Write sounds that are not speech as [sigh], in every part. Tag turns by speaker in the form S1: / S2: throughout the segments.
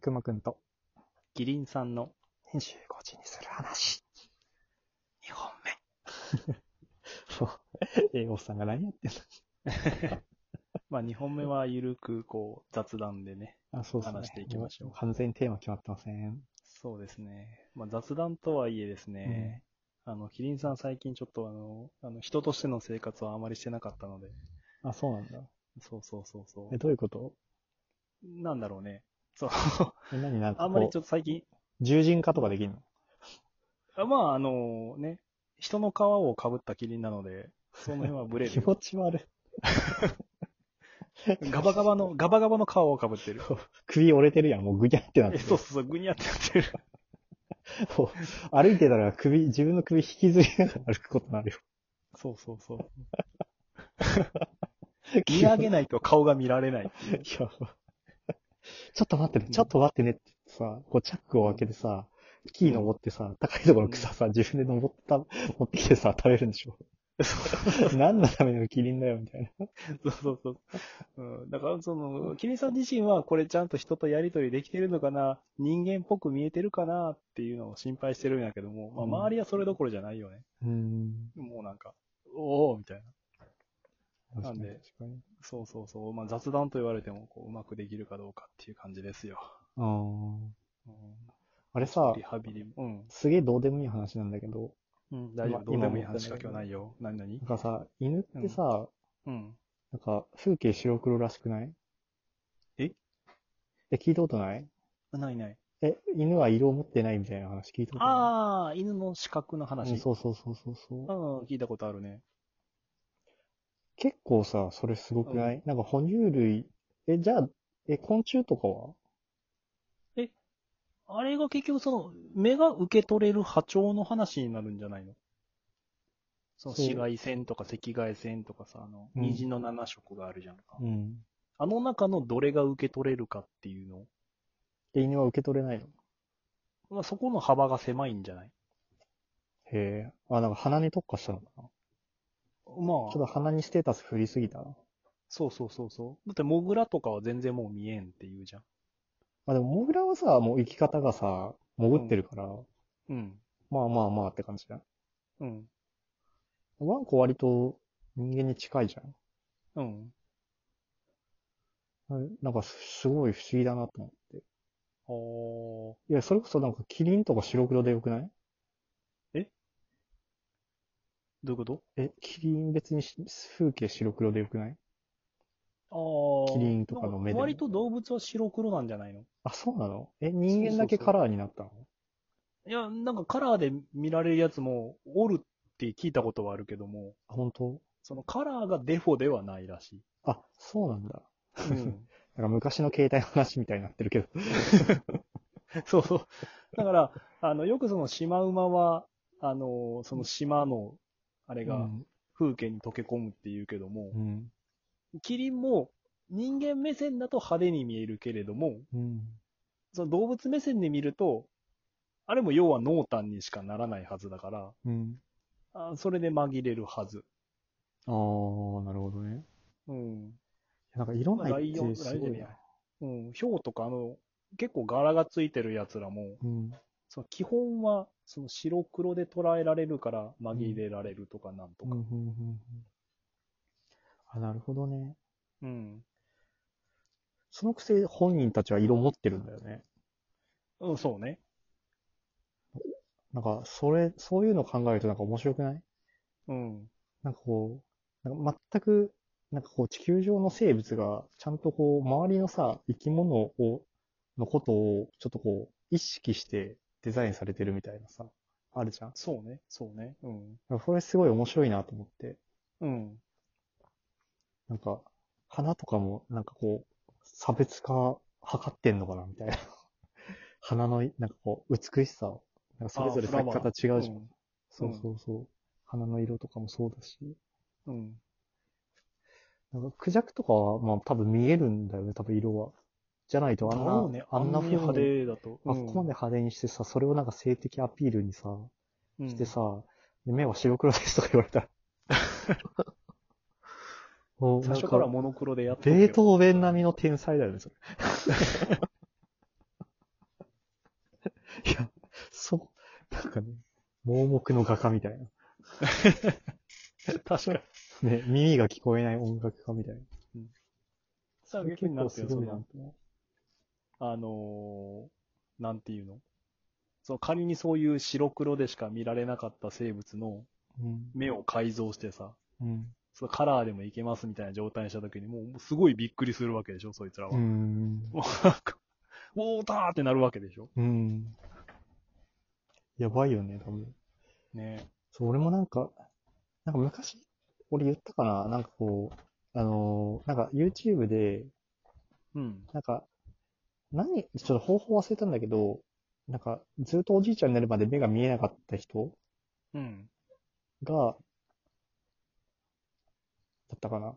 S1: くまくんと
S2: キリンさんの
S1: 25時にする話。
S2: 2本
S1: もう、 [laughs] ええおっさんが何やってん
S2: 目。まあ2本目はゆるくこう雑談でね。
S1: のあ、そうですね。
S2: 話していきましょう
S1: も完全にテーマ決まってません。
S2: そうですね。まあ雑談とはいえですね、あの、キリンさん最近ちょっとあの、あの人としての生活はあまりしてなかったので、
S1: あ、そうなんだ。
S2: そうそうそうそ
S1: え、どういうこと
S2: う。なんだろうね。
S1: [laughs]
S2: そう。
S1: え、何なんか
S2: あんまりち
S1: っと。
S2: ょっと最近、
S1: 獣人化とかできんの
S2: あまああのね、人の皮をかぶったキリンなので、その辺はブレる
S1: 気。 [laughs] 持ち悪い。
S2: ガバガバの、ガバガバの皮をかぶってる。
S1: 首折れてるやん。もうぐぎゃってなって
S2: え、
S1: る。
S2: そうそうそう、ぐにゃってなってる。
S1: もう歩いてたら首、自分の首引きずりながら歩くことになるよ。
S2: そうそうそう。
S1: [laughs]
S2: 見上げないと顔が見られない。
S1: いや、ちょっと待ってね、ちょっと待ってねってさ、こうチャックを開けてさ、キー登ってさ、高いところの草さ、自分で登った、持ってきてさ、食べるんで
S2: [laughs]
S1: しょ。何のためのキリンだよ、みたいな。
S2: そうそうそう。うん、だから、その、キリンさん自身はこれちゃんと人とやりとりできてるのかな、人間っぽく見えてるかなっていうのを心配してるんやけども、まあ、
S1: うん
S2: 周りはそれどころじゃないよね。
S1: うん。
S2: もうなんか、おおみたいな。
S1: 確か
S2: なん
S1: に
S2: でそうそうそう。まあ、雑談と言われても、こう、うまくできるかどうかっていう感じですよ。
S1: あー
S2: うん、
S1: あれさ
S2: リ、ハビリも。うん。
S1: すげえどうでもいい話なんだけど、
S2: うん、大丈夫。どうでもいい話しか今日ないよ。何々
S1: なんかさ、犬ってさ、
S2: うん。
S1: なんか風景白黒らしくない
S2: え
S1: え、聞いたことない
S2: ないない。
S1: え、犬は色を持ってないみたいな話聞いたことない
S2: ああ、犬の視覚の話。
S1: うんそうそうそうそうそう。
S2: うん、聞いたことあるね。
S1: 結構さ、それすごくない、
S2: う
S1: なんか哺乳類、え、じゃあ、え、昆虫とかは
S2: あれが結局その、目が受け取れる波長の話になるんじゃないのその
S1: そう
S2: 紫外線とか赤外線とかさ、あの、
S1: うん
S2: 虹の7色があるじゃんか。
S1: ん。
S2: あの中のどれが受け取れるかっていうの。
S1: で、犬は受け取れないの
S2: まあ、そこの幅が狭いんじゃない
S1: へえ。あ、なんか鼻に特化したのかなち
S2: ま
S1: ょっと
S2: あ、
S1: 鼻にステータス振りすぎたな。
S2: そうそうそうそう。だってモグラとかは全然もう見えんっていうじゃん。
S1: まあでも、モグラはさ、もう生き方がさ、潜ってるから、
S2: うん。
S1: まあまあまあって感じじゃん。
S2: うん。
S1: ワンコ割と人間に近いじゃん。
S2: うん。
S1: なんかすすごい不思議だなと思って。
S2: お
S1: い
S2: ー。
S1: や、それこそなんかキリンとか白黒でよくない
S2: どういうこと
S1: え、キリン別にし風景白黒でよくない
S2: ああ。
S1: キリンとかの目で
S2: なん割と動物は白黒なんじゃないの
S1: あ、そうなのえ、人間だけカラーになったの
S2: いや、なんかカラーで見られるやつもおるって聞いたことはあるけども、
S1: あ本当
S2: そのカラーがデフォではないらしい。
S1: あ、そうなんだ。
S2: うん、
S1: なんか昔の携帯の話みたいになってるけど。
S2: [laughs] そうそう。だから、あの、よくそのシマウマは、あの、その島の、あれ
S1: う
S2: が
S1: ん
S2: 風景に溶け込むっていうけども
S1: う、ん。
S2: キリンも人間目線だと派手に見えるけれども、
S1: うん。
S2: その動物目線で見ると、あれも要は濃淡にしかならないはずだから、
S1: うん。
S2: あそれで紛れるはず。
S1: あー、なるほどね。
S2: うん。
S1: なんか色
S2: まあ
S1: ない
S2: ラ
S1: っ
S2: イオン、
S1: て
S2: ラ
S1: す
S2: イオ
S1: ご
S2: ン
S1: い
S2: じゃ
S1: な
S2: ない。うん、ヒョウとかあの、結構柄がついてるやつらも、
S1: うん。
S2: その基本はその白黒で捉えられるから紛れられるとかなんと
S1: うんうん
S2: か。
S1: うんうんあ、なるほどね。
S2: うん。
S1: そのくせ本人たちは色持ってるんだよね。
S2: うん、そうね。
S1: なんか、それ、そういうの考えるとなんか面白くない
S2: うん。
S1: なんかこう、なんか全く、なんかこう地球上の生物がちゃんとこう周りのさ、生き物を、のことをちょっとこう意識してデザインされてるみたいなさ、あるじゃん。
S2: そうね。そうね。うん。
S1: なんかそれすごい面白いなと思って。
S2: うん。
S1: なんか、花とかもなんかこう、差別化図ってんのかなみたいな。 [laughs] 花の、なんかこう、美しさを。なんかそれぞれ
S2: あー
S1: 咲き
S2: フラ
S1: 方違うじゃ
S2: ワ
S1: ん。
S2: ー
S1: そうそうそう。花の色とかもそうだし。
S2: うん。うん。
S1: なんか、クジャクとかは、まあ多分見えるんだよね、多分色は。じゃないとあん
S2: だろ
S1: な、
S2: うね。
S1: あ
S2: あ
S1: ん
S2: ん
S1: な
S2: な
S1: 風
S2: に
S1: に、
S2: 派手だと。
S1: あそこまで派手にしてさ、それをなんか性的アピールにさ、
S2: うん
S1: してさ、で目は白黒ですとか言われた
S2: [laughs]
S1: ら。も
S2: うん
S1: う
S2: 最
S1: なん
S2: 初から
S1: か、
S2: モノクロでやって [laughs]
S1: ベートーベン並みの天才だよね、それ。かね、盲目の画家みたいな。
S2: 確かに。
S1: ね、耳が聞こえない音楽家みたいな。
S2: さあ逆になんていう
S1: 結構
S2: の、
S1: す
S2: そ
S1: ごいな
S2: の、あのーなんていうの。その仮にそういう白黒でしか見られなかった生物の
S1: うん。
S2: 目を改造してさ、
S1: うん。
S2: そのカラーでもいけますみたいな状態にした時にもうすごいびっくりするわけでしょ、そいつらは。
S1: うん。
S2: もうなんか、おーたーってなるわけでしょ。
S1: うん。やばいよね、多分。
S2: ね
S1: そう、俺もなんか、なんか昔、俺言ったかななんかこう、あのーなんか YouTube で、
S2: うん。
S1: なんか、何、ちょっと方法忘れたんだけど、なんか、ずっとおじいちゃんになるまで目が見えなかった人
S2: うん。
S1: が、だったかな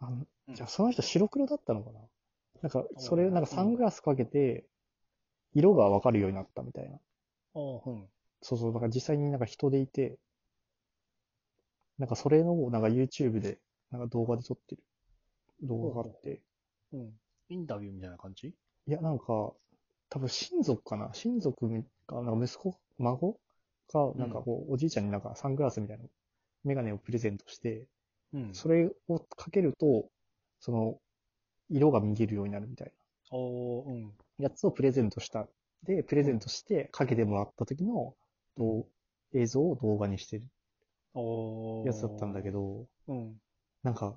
S1: あの
S2: うん
S1: じゃあその人白黒だったのかななんか、それ、
S2: うん
S1: なんかサングラスかけて、色がわかるようになったみたいな。
S2: ああ、うん。
S1: そうそう、だから実際になんか人でいて、なんかそれの、なんか YouTube で、なんか動画で撮ってる動画があって、
S2: うん。インタビューみたいな感じ
S1: いや、なんか、多分親族かな親族か、なんか息子孫が、なんかこう、おじいちゃんになんかサングラスみたいな、メガネをプレゼントして、
S2: うん
S1: それをかけると、その、色が見えるようになるみたい
S2: おー、うん。
S1: なやつをプレゼントした。で、プレゼントして、かけてもらった時の、どう映像を動画にしてる
S2: おー。
S1: やつだったんだけ。ど、
S2: うん。
S1: なんか、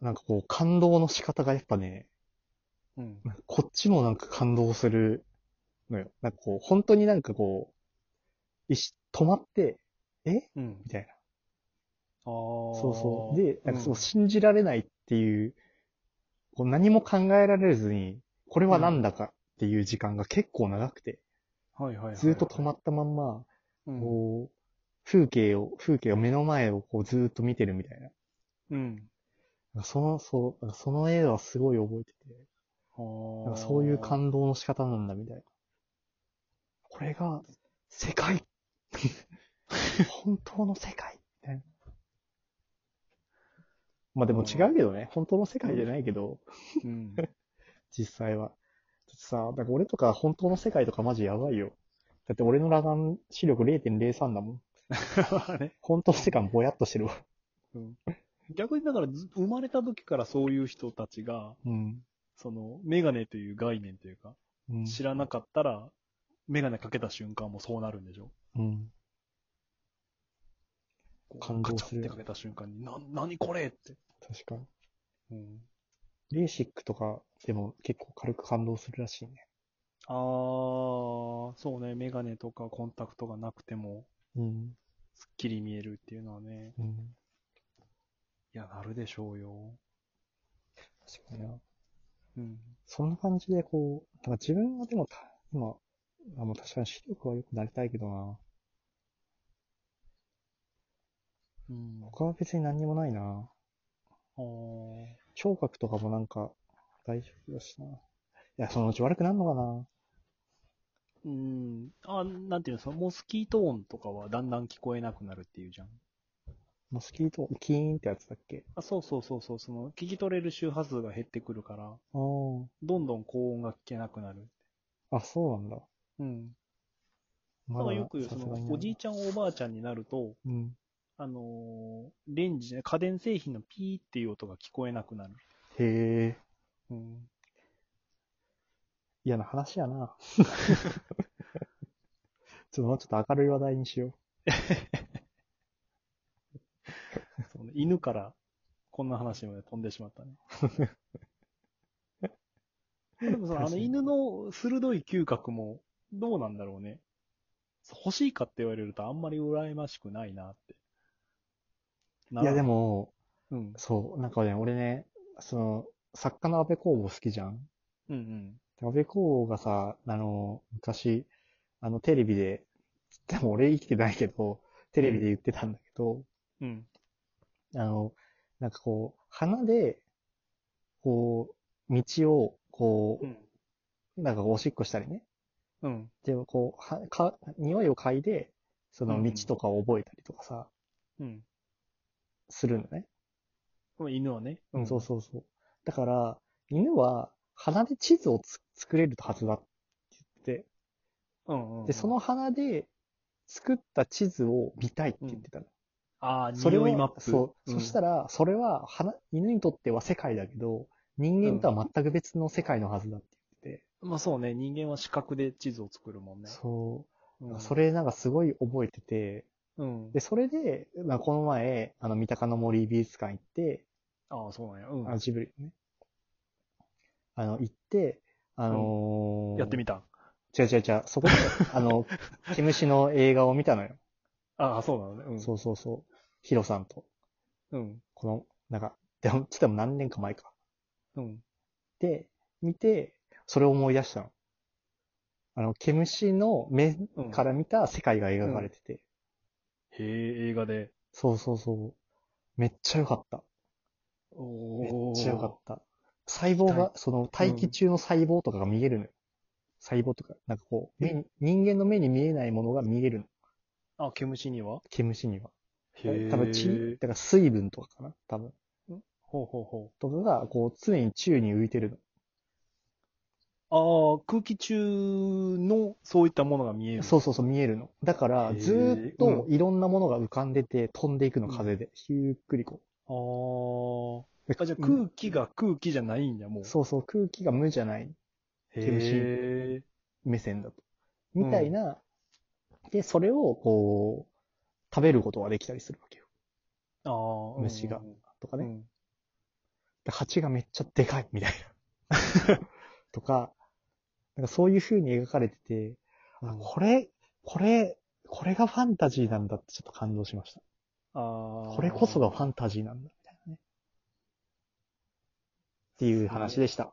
S1: なんかこう、感動の仕方がやっぱね、
S2: うん。
S1: なんかこっちもなんか感動するのよ。なんかこう、本当になんかこう、一し止まって、え
S2: うん
S1: み。たい
S2: ああ。
S1: な。
S2: そ
S1: そうそう。で、なんかそう、
S2: う
S1: 信じられないっていう、こう何も考えられずに、これはなんだかっていう時間が結構長くて、
S2: ん、はいはいはいはい。
S1: ずっと止まったまんま、
S2: うん。
S1: こう、風景を、風景を目の前をこうずーっと見てるみたいな。
S2: うん。
S1: なんかその、そう、なんかその絵はすごい覚えてて。
S2: な
S1: なんかそういう感動の仕方なんだみたいな。これが、世 [laughs] 界本当の世界みたいな。まあでも違うけどね。本当の世界じゃないけど、
S2: じ。うん。 [laughs]
S1: 実際は。だってさ、だから俺とか本当の世界とかマジやばいよ。だって俺の裸眼視力0.03だもん。
S2: まあね
S1: 本当の世界ぼやっとしてるわ。
S2: 逆にだからず、生まれた時からそういう人たちが、
S1: うん。
S2: その、メガネという概念というか、
S1: うん。
S2: 知らなかったら、メガネかけた瞬間もそうなるんでしょ
S1: うん。
S2: こう
S1: 感動
S2: カチ
S1: す
S2: ャ
S1: る
S2: ってかけた瞬間に、な、なにこれって。
S1: 確かに。
S2: うん。
S1: レーシックとかでも結構軽く感動するらしいね。
S2: あー、そうね、メガネとかコンタクトがなくても、
S1: うん。
S2: すっきり見えるっていうのはね、
S1: うん。
S2: いや、なるでしょうよ。
S1: 確かにな。
S2: うん。
S1: そんな感じで、こう、だから自分はでもた、今、あもう確かに視力は良くなりたいけどな。
S2: うん。
S1: 他は別に何にもないな。
S2: あー。
S1: 聴覚とかもなんか、大丈夫だしな。いや、そのうち悪くなるのかな。
S2: うん。あ、なんていうの、そのモスキート音とかはだんだん聞こえなくなるっていうじゃん。
S1: モスキート、キーンってやつだっけ
S2: あ、そうそうそうそう、その、聞き取れる周波数が減ってくるから、
S1: ああ。
S2: どんどん高音が聞けなくなる。
S1: あ、そうなんだ。
S2: うん。だ
S1: ま
S2: か
S1: だ
S2: らよく、その、おじい
S1: ち
S2: ちゃんおばあちゃんになると、
S1: ゃん。うん。
S2: あのーレンジ、家電製品のピーっていう音が聞こえなくなる。
S1: へえ。
S2: うん。
S1: 嫌な話や
S2: [laughs]
S1: な。ちょっともうちょっと明るい話題にしよ
S2: そうね、犬から、こんな話まで飛んでしまったね。
S1: [laughs]
S2: でもその、あ
S1: 確
S2: の
S1: かに
S2: 犬の鋭い嗅覚も、どうなんだろうね。欲しいかって言われるとあんまり羨ましくないなって。
S1: う。
S2: ないら
S1: や、で、も、
S2: うん。
S1: そう、なんかね、俺ね、その、作家の安部公房好きじゃん。
S2: うんうん。
S1: 安倍公がさ、あの、昔、あの、テレビで、 [laughs] でも俺生きてないけど、テレビで言ってたんだけど、
S2: うん。
S1: あの、なんかこう、花で、こう、道を、こ
S2: うん。
S1: う、なんかこうおしっこしたりね。
S2: うん。
S1: で、こう、はか匂いを嗅いで、そ
S2: うんう
S1: の
S2: ん
S1: 道とかを覚えたりとかさ、
S2: うん。
S1: するのね。
S2: この犬はね。
S1: うん、そうそうそう。だから、犬は鼻で地図をつ作れるはずだって言ってて、
S2: うんうんうん。
S1: で、その鼻で、作った地図を見たいって言ってたの。
S2: ああ、
S1: それ
S2: 匂
S1: はい
S2: マップ。
S1: そう。そした
S2: ら、
S1: ら、それは、はな犬にとっては世界だけど、人間とは全く別の世界のはずだって言ってて。
S2: まあそうね、人間は視覚で地図を作るもんね。
S1: そうう。
S2: ん
S1: そ、れなんかすごい覚えてて、
S2: うん。
S1: で、それで、まあ、この前、あの、三鷹の森美術館行って、
S2: ああ、そうなんや。う
S1: あ
S2: ん
S1: の、。ジブリのね。あの、行って、あのー
S2: やってみたん。
S1: 違う違う違う。そこで、あ
S2: [laughs]
S1: の、毛虫の映画を見たのよ。
S2: ああ、そうなのね。うん。
S1: そうそうそう。ヒロさんと。
S2: うん。
S1: この、なんか、でも、つっても何年か前か。
S2: うん。
S1: で、見て、それを思い出したの。あの、毛虫の目
S2: うん
S1: から見た世界が描かれてて。
S2: へえ、映画で。
S1: そうそうそう。めっちゃ良かった。めっ
S2: お
S1: ちゃ良かった。細胞が、その大気中の細胞とかが見えるのよ。細胞とか、なんかこう、目に人間の目に見えないものが見えるの。
S2: た。あ、毛虫には
S1: 毛虫には。
S2: へえ。
S1: 多分血、だから水分とかかな多分。
S2: ほうほうほ
S1: とかが、こう、常に宙に浮いてるの。
S2: う。ああ、空気中のそういったものが見える。
S1: そうそうそう、見えるの。だから
S2: へ、ー
S1: ずーっといろんなものが浮かんでて、飛んでいくの、風で。ゆっくりこ
S2: あ
S1: う。
S2: あ。あ、じゃ
S1: う
S2: あ
S1: ん
S2: 空気が空気じゃないんや、もう。
S1: そうそう、空気が無じゃない
S2: へえ。
S1: 目線だと。みたいな。で、それを、こう、食べることができたりするわけよ。
S2: ああ。
S1: 虫がとか
S2: う
S1: ね。
S2: ん。
S1: で蜂がめっちゃでかい、みたい
S2: [laughs]
S1: な。とか、なんかそういう風に描かれてて、
S2: うん
S1: あ、これ、これ、これがファンタジーなんだってちょっと感動しました。
S2: ああ。
S1: これこそがファンタジーなんだ、みたいなね。っていう話でした。